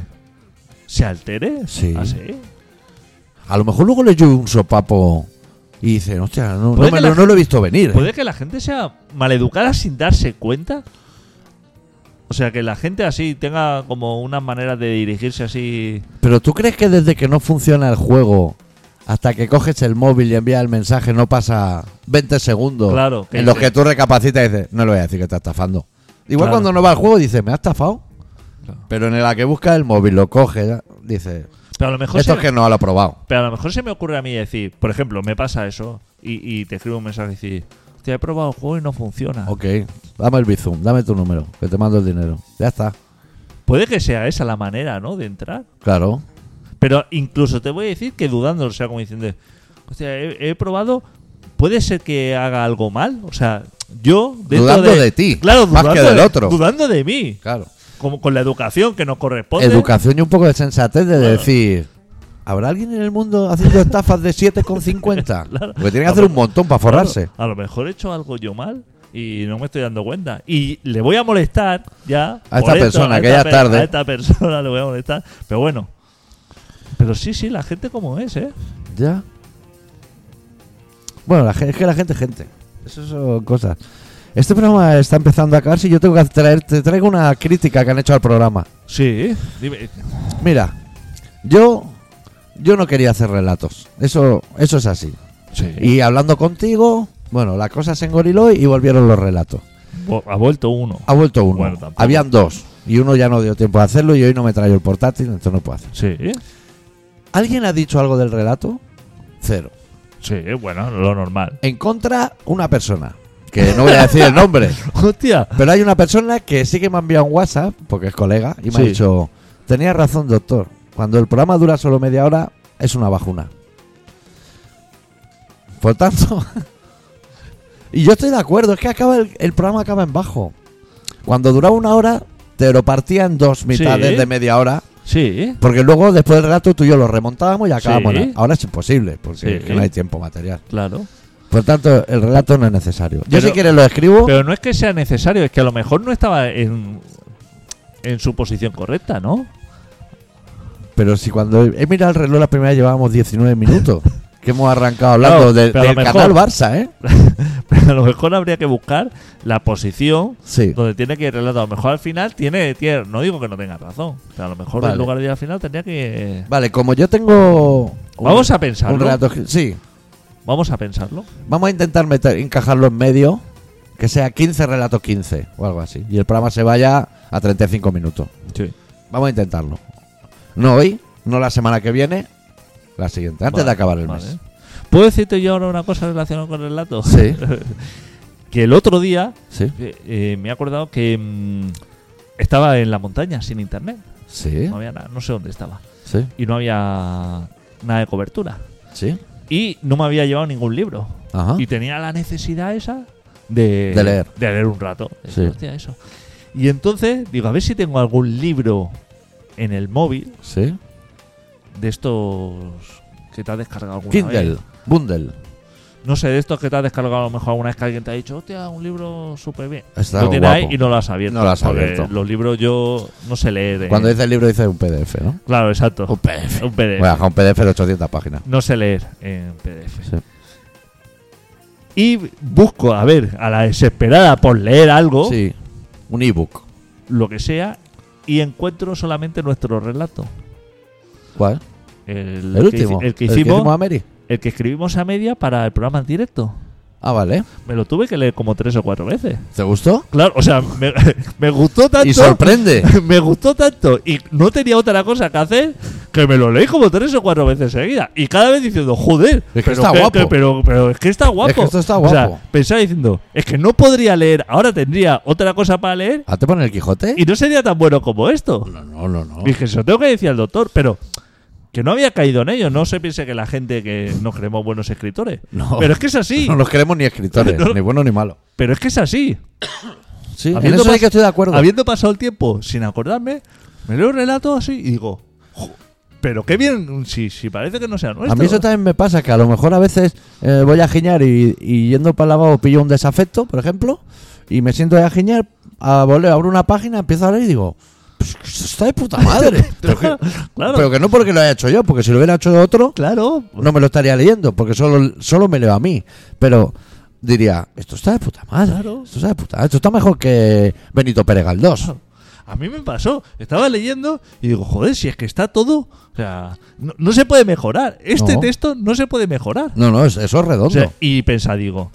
[SPEAKER 3] se altere. ¿Ah,
[SPEAKER 1] Sí.
[SPEAKER 3] Así.
[SPEAKER 1] A lo mejor luego le llueve un sopapo y dicen, hostia, no, no,
[SPEAKER 3] Puede
[SPEAKER 1] me
[SPEAKER 3] que
[SPEAKER 1] lo,
[SPEAKER 3] la
[SPEAKER 1] no lo he visto venir. ¿eh?
[SPEAKER 3] Puede que la gente sea maleducada sin darse cuenta. O sea, que la gente así tenga como unas maneras de dirigirse así.
[SPEAKER 1] Pero tú crees que desde que no funciona el juego hasta que coges el móvil y envías el mensaje no pasa 20 segundos
[SPEAKER 3] Claro, que
[SPEAKER 1] en los
[SPEAKER 3] sí.
[SPEAKER 1] que tú recapacitas y dices, no le voy a decir que está estafando. Igual
[SPEAKER 3] Claro.
[SPEAKER 1] cuando no va al juego dice, me ha estafado.
[SPEAKER 3] Claro.
[SPEAKER 1] Pero en la que busca el móvil, lo coge, dice,
[SPEAKER 3] Pero a lo mejor
[SPEAKER 1] esto
[SPEAKER 3] se,
[SPEAKER 1] es que no lo ha probado.
[SPEAKER 3] pero a lo mejor se me ocurre a mí decir, por ejemplo, me pasa eso y, y te escribo un mensaje y decir, hostia, he probado el juego y no funciona.
[SPEAKER 1] Ok, dame el bizum, dame tu número, que te mando el dinero. Ya está,
[SPEAKER 3] Puede que sea esa la manera, ¿no? De entrar.
[SPEAKER 1] claro.
[SPEAKER 3] Pero incluso te voy a decir que dudando, o sea, como diciendo, hostia, he, he probado, puede ser que haga algo mal, o sea, Yo, dentro
[SPEAKER 1] Dudando de ti,
[SPEAKER 3] Claro,
[SPEAKER 1] más que
[SPEAKER 3] dudando
[SPEAKER 1] del
[SPEAKER 3] de-
[SPEAKER 1] otro.
[SPEAKER 3] Dudando de mí.
[SPEAKER 1] Claro.
[SPEAKER 3] Como con la educación que nos corresponde.
[SPEAKER 1] Educación y un poco de sensatez de decir. ¿Habrá alguien en el mundo haciendo estafas de 7,50?
[SPEAKER 3] Claro. Ah,
[SPEAKER 1] Porque tienen que hacer un montón para
[SPEAKER 3] Claro,
[SPEAKER 1] forrarse.
[SPEAKER 3] a lo mejor he hecho algo yo mal y no me estoy dando cuenta. Y le voy a molestar ya.
[SPEAKER 1] A esta
[SPEAKER 3] por
[SPEAKER 1] persona, que
[SPEAKER 3] esta
[SPEAKER 1] ya es
[SPEAKER 3] per-
[SPEAKER 1] tarde.
[SPEAKER 3] A esta persona le voy a molestar. Pero bueno. Pero sí, sí, la gente como es, ¿eh?
[SPEAKER 1] Ya. Bueno, la, gen- es que la gente es gente. Eso son cosas. Este programa está empezando a acabarse y yo tengo que traer, te traigo una crítica que han hecho al programa.
[SPEAKER 3] Sí. Dime.
[SPEAKER 1] Mira, yo yo no quería hacer relatos. Eso eso es así.
[SPEAKER 3] Sí.
[SPEAKER 1] Y hablando contigo, bueno, la cosa se engoriló y volvieron los relatos.
[SPEAKER 3] Vo- Ha vuelto uno.
[SPEAKER 1] Ha vuelto uno.
[SPEAKER 3] Bueno, tampoco.
[SPEAKER 1] Habían dos. Y uno ya no dio tiempo de hacerlo y hoy no me traigo el portátil, entonces no puedo hacer.
[SPEAKER 3] Sí.
[SPEAKER 1] ¿Alguien ha dicho algo del relato? Cero.
[SPEAKER 3] Sí, bueno, lo normal.
[SPEAKER 1] En contra, una persona. Que no voy a decir el nombre.
[SPEAKER 3] Hostia.
[SPEAKER 1] Pero hay una persona que sí que me ha enviado un WhatsApp, porque es colega, y me ha
[SPEAKER 3] Sí.
[SPEAKER 1] dicho, tenía razón, doctor, cuando el programa dura solo media hora, es una bajuna. Por tanto, y yo estoy de acuerdo, es que acaba el, el programa acaba en bajo. Cuando duraba una hora, te lo partía en dos mitades de media hora,
[SPEAKER 3] Sí.
[SPEAKER 1] porque luego, después del rato, tú y yo lo remontábamos y acabamos.
[SPEAKER 3] Sí.
[SPEAKER 1] en- Ahora es imposible, porque
[SPEAKER 3] Sí.
[SPEAKER 1] es que no hay tiempo material.
[SPEAKER 3] Claro.
[SPEAKER 1] Por tanto, el relato no es necesario. Yo,
[SPEAKER 3] Pero-
[SPEAKER 1] si quieres, lo escribo.
[SPEAKER 3] Pero no es que sea necesario, es que a lo mejor no estaba en, en su posición correcta, ¿no?
[SPEAKER 1] Pero si cuando he mirado el reloj la primera llevábamos 19 minutos. que hemos arrancado hablando
[SPEAKER 3] Claro,
[SPEAKER 1] de-
[SPEAKER 3] pero a lo
[SPEAKER 1] del
[SPEAKER 3] mejor-
[SPEAKER 1] canal Barça, ¿eh?
[SPEAKER 3] Pero a lo mejor habría que buscar la posición
[SPEAKER 1] Sí.
[SPEAKER 3] donde tiene que ir el relato. A lo mejor al final tiene, tiene- no digo que no tenga razón, pero a lo mejor
[SPEAKER 1] Vale.
[SPEAKER 3] en lugar de ir al final tendría que...
[SPEAKER 1] Vale, como yo tengo... un-
[SPEAKER 3] Vamos a pensarlo.
[SPEAKER 1] Un relato... escri- Sí.
[SPEAKER 3] Vamos a pensarlo.
[SPEAKER 1] Vamos a intentar meter, encajarlo en medio. Que sea 15 relatos 15 o algo así. Y el programa se vaya a 35 minutos.
[SPEAKER 3] Sí.
[SPEAKER 1] Vamos a intentarlo. No hoy, no la semana que viene. La siguiente, antes de acabar el mes.
[SPEAKER 3] ¿Puedo decirte yo ahora una cosa relacionada con el relato?
[SPEAKER 1] Sí.
[SPEAKER 3] que el otro día
[SPEAKER 1] Sí.
[SPEAKER 3] eh, eh, me he acordado que mm, estaba en la montaña sin internet.
[SPEAKER 1] Sí.
[SPEAKER 3] No había nada, no sé dónde estaba.
[SPEAKER 1] Sí.
[SPEAKER 3] Y no había nada de cobertura.
[SPEAKER 1] Sí.
[SPEAKER 3] Y no me había llevado ningún libro.
[SPEAKER 1] Ajá.
[SPEAKER 3] Y tenía la necesidad esa de,
[SPEAKER 1] Ah. De leer.
[SPEAKER 3] de leer un rato.
[SPEAKER 1] Sí.
[SPEAKER 3] Hostia, eso. Y entonces digo, a ver si tengo algún libro en el móvil
[SPEAKER 1] Sí.
[SPEAKER 3] de estos que te has descargado alguna
[SPEAKER 1] Kindle.
[SPEAKER 3] vez.
[SPEAKER 1] Bundle.
[SPEAKER 3] No sé, de estos que te has descargado a lo mejor alguna vez que alguien te ha dicho, hostia, un libro súper bien.
[SPEAKER 1] Está
[SPEAKER 3] lo tienes
[SPEAKER 1] guapo.
[SPEAKER 3] ahí y no lo has abierto.
[SPEAKER 1] No lo has
[SPEAKER 3] porque
[SPEAKER 1] abierto.
[SPEAKER 3] Los libros yo no sé leer. eh.
[SPEAKER 1] Cuando Oh, dice el libro dice un PDF, ¿no?
[SPEAKER 3] Claro, exacto.
[SPEAKER 1] Un PDF.
[SPEAKER 3] Un PDF.
[SPEAKER 1] Voy a dejar un PDF de 800 páginas.
[SPEAKER 3] No sé leer en PDF.
[SPEAKER 1] Sí.
[SPEAKER 3] Y busco, a ver, a la desesperada por leer algo,
[SPEAKER 1] Sí. Un ebook.
[SPEAKER 3] lo que sea, y encuentro solamente nuestro relato.
[SPEAKER 1] ¿Cuál?
[SPEAKER 3] El,
[SPEAKER 1] El,
[SPEAKER 3] que,
[SPEAKER 1] último.
[SPEAKER 3] hici- el que hicimos,
[SPEAKER 1] a Mary.
[SPEAKER 3] el que escribimos a media para el programa en directo.
[SPEAKER 1] Ah, vale.
[SPEAKER 3] Me lo tuve que leer como tres o cuatro veces.
[SPEAKER 1] ¿Te gustó?
[SPEAKER 3] Claro, o sea, me, me gustó tanto.
[SPEAKER 1] Y sorprende.
[SPEAKER 3] me gustó tanto y no tenía otra cosa que hacer que me lo leí como tres o cuatro veces seguida. Y cada vez diciendo, joder,
[SPEAKER 1] que
[SPEAKER 3] pero
[SPEAKER 1] está guapo.
[SPEAKER 3] pero, pero es que está guapo.
[SPEAKER 1] Es que esto está
[SPEAKER 3] O sea,
[SPEAKER 1] guapo.
[SPEAKER 3] pensaba diciendo, es que no podría leer, ahora tendría otra cosa para leer
[SPEAKER 1] ¿Ah, te pone el Quijote?
[SPEAKER 3] y no sería tan bueno como esto.
[SPEAKER 1] No, no, no, no.
[SPEAKER 3] Dije, eso tengo que decir al doctor, pero que no había caído en ello. No se piense que la gente que nos creemos buenos escritores.
[SPEAKER 1] No.
[SPEAKER 3] Pero es que es así.
[SPEAKER 1] No los queremos ni escritores,
[SPEAKER 3] No.
[SPEAKER 1] ni buenos ni malos.
[SPEAKER 3] Pero es que es así.
[SPEAKER 1] Sí, en
[SPEAKER 3] Habiendo
[SPEAKER 1] eso sí
[SPEAKER 3] pas-
[SPEAKER 1] que estoy de acuerdo.
[SPEAKER 3] Habiendo pasado el tiempo sin acordarme, me leo el relato así y digo, "Jo, pero qué bien, si, si parece que no sea nuestro.
[SPEAKER 1] A mí eso también me pasa, que a lo mejor a veces eh, voy a giñar y, y yendo para el lavabo pillo un desafecto, por ejemplo, y me siento ahí a giñar, a volver, abro una página, empiezo a leer y digo, "Pues, esto está de puta madre. pero, que,
[SPEAKER 3] Claro.
[SPEAKER 1] pero que no porque lo haya hecho yo, porque si lo hubiera hecho otro,
[SPEAKER 3] Claro.
[SPEAKER 1] no me lo estaría leyendo, porque solo, solo me leo a mí. Pero diría, esto está de puta madre.
[SPEAKER 3] Claro.
[SPEAKER 1] Esto está de puta Esto está mejor que Benito Pérez Galdós.
[SPEAKER 3] A mí me pasó. Estaba leyendo y digo, joder, si es que está todo. O sea, no, no se puede mejorar. Este
[SPEAKER 1] No.
[SPEAKER 3] texto no se puede mejorar.
[SPEAKER 1] No, no, es- eso es redondo.
[SPEAKER 3] O sea, y pensa, digo.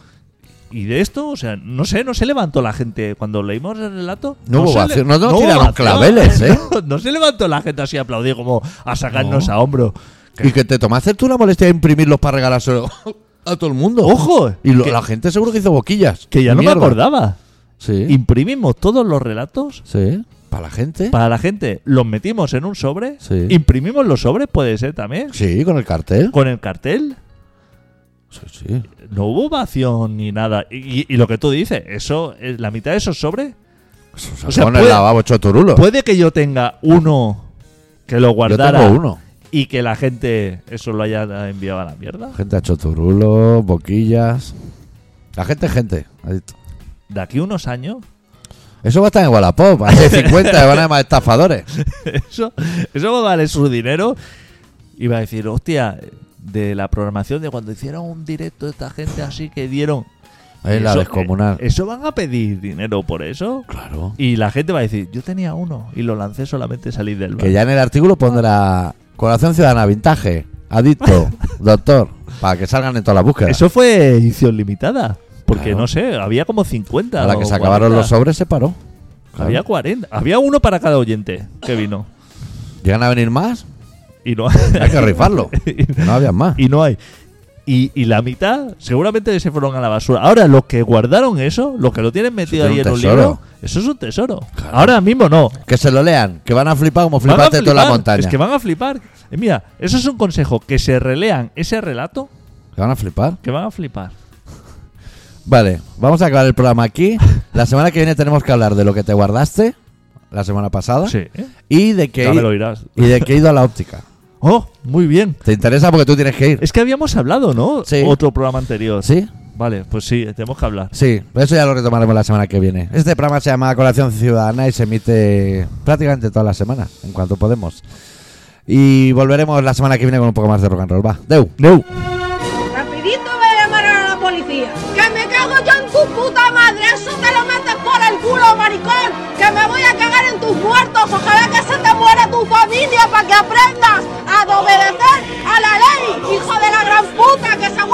[SPEAKER 3] Y de esto, o sea, no sé, no se levantó la gente cuando leímos el relato.
[SPEAKER 1] No hubo
[SPEAKER 3] se
[SPEAKER 1] vacío,
[SPEAKER 3] le-
[SPEAKER 1] no nos
[SPEAKER 3] hubo
[SPEAKER 1] tiraron
[SPEAKER 3] vacío.
[SPEAKER 1] claveles, ¿eh?
[SPEAKER 3] No, no se levantó la gente así a aplaudir como a sacarnos
[SPEAKER 1] No.
[SPEAKER 3] a hombro. Que-
[SPEAKER 1] Y que te tomaste tú la molestia de imprimirlos para regalárselo a todo el mundo.
[SPEAKER 3] ¡Ojo!
[SPEAKER 1] Y lo-
[SPEAKER 3] que,
[SPEAKER 1] la gente seguro que hizo boquillas.
[SPEAKER 3] que ya no
[SPEAKER 1] Mierda.
[SPEAKER 3] me acordaba.
[SPEAKER 1] Sí.
[SPEAKER 3] Imprimimos todos los relatos
[SPEAKER 1] sí. Para la gente.
[SPEAKER 3] para la gente, los metimos en un sobre,
[SPEAKER 1] Sí.
[SPEAKER 3] imprimimos los sobres, puede ser también,
[SPEAKER 1] sí, con el cartel.
[SPEAKER 3] con el cartel.
[SPEAKER 1] Sí, sí.
[SPEAKER 3] No hubo ovación ni nada. Y, y- y lo que tú dices, eso, es la mitad de esos sobres,
[SPEAKER 1] Eso se
[SPEAKER 3] O sea,
[SPEAKER 1] pone el
[SPEAKER 3] puede-
[SPEAKER 1] lavabo hecho turulo.
[SPEAKER 3] puede que yo tenga uno que lo
[SPEAKER 1] Yo
[SPEAKER 3] guardara
[SPEAKER 1] tengo uno.
[SPEAKER 3] y que la gente eso lo haya enviado a la mierda.
[SPEAKER 1] Gente ha hecho turulo, boquillas. La gente es gente. adicto.
[SPEAKER 3] De aquí unos años,
[SPEAKER 1] Eso va a estar en Wallapop. Hace 50 que van a llamar estafadores.
[SPEAKER 3] eso, eso va a valer su dinero. Y va a decir, hostia, de la programación de cuando hicieron un directo esta gente así que dieron.
[SPEAKER 1] Ahí la
[SPEAKER 3] Eso-
[SPEAKER 1] descomunal.
[SPEAKER 3] eh, ¿Eso van a pedir dinero por eso?
[SPEAKER 1] claro.
[SPEAKER 3] Y la gente va a decir, yo tenía uno y lo lancé solamente salir del bar.
[SPEAKER 1] Que ya en el artículo pondrá Corazón Ciudadana Vintage, Adicto, Doctor, para que salgan en todas las búsquedas.
[SPEAKER 3] Eso fue edición limitada. Porque
[SPEAKER 1] Claro.
[SPEAKER 3] no sé, había como 50.
[SPEAKER 1] a la
[SPEAKER 3] o
[SPEAKER 1] que se acabaron
[SPEAKER 3] 40.
[SPEAKER 1] los sobres se paró. Claro.
[SPEAKER 3] Había 40. Había uno para cada oyente que vino.
[SPEAKER 1] ¿Llegan a venir más?
[SPEAKER 3] Y no,
[SPEAKER 1] Hay que rifarlo. que no había más.
[SPEAKER 3] y no hay. Y, y la mitad seguramente se fueron a la basura. Ahora, los que guardaron eso, los que lo tienen metido
[SPEAKER 1] Eso
[SPEAKER 3] ahí
[SPEAKER 1] es
[SPEAKER 3] en
[SPEAKER 1] un
[SPEAKER 3] un
[SPEAKER 1] tesoro.
[SPEAKER 3] libro, eso es un tesoro.
[SPEAKER 1] Claro.
[SPEAKER 3] Ahora mismo no.
[SPEAKER 1] Que se lo lean, que van a flipar como
[SPEAKER 3] Van a
[SPEAKER 1] flipaste toda la
[SPEAKER 3] flipar.
[SPEAKER 1] montaña.
[SPEAKER 3] Es que van a flipar. Eh, mira, eso es un consejo. Que se relean ese relato,
[SPEAKER 1] Que van a flipar.
[SPEAKER 3] que van a flipar.
[SPEAKER 1] Vale, vamos a acabar el programa aquí. La semana que viene tenemos que hablar de lo que te guardaste la semana pasada
[SPEAKER 3] Sí. ¿eh?
[SPEAKER 1] y de que
[SPEAKER 3] Ya me lo dirás.
[SPEAKER 1] y de que he ido a la óptica.
[SPEAKER 3] Oh, muy bien.
[SPEAKER 1] ¿Te interesa porque tú tienes que ir?
[SPEAKER 3] Es que habíamos hablado, ¿no?
[SPEAKER 1] Sí.
[SPEAKER 3] Otro programa anterior.
[SPEAKER 1] ¿Sí?
[SPEAKER 3] Vale, pues sí, tenemos que hablar.
[SPEAKER 1] Sí, pero eso ya lo retomaremos la semana que viene. Este programa se llama Colación Ciudadana y se emite prácticamente todas las semanas, en cuanto podemos. Y volveremos la semana que viene con un poco más de rock and roll. Va, Deu. Deu.
[SPEAKER 4] Rapidito voy a llamar a la policía. Que me cago yo en tu puta madre. Eso te lo metes por el culo, maricón. Que me voy a cagar en tus muertos. Ojalá que se te muera tu familia para que aprendas a obedecer a la ley, hijo de la gran puta, que se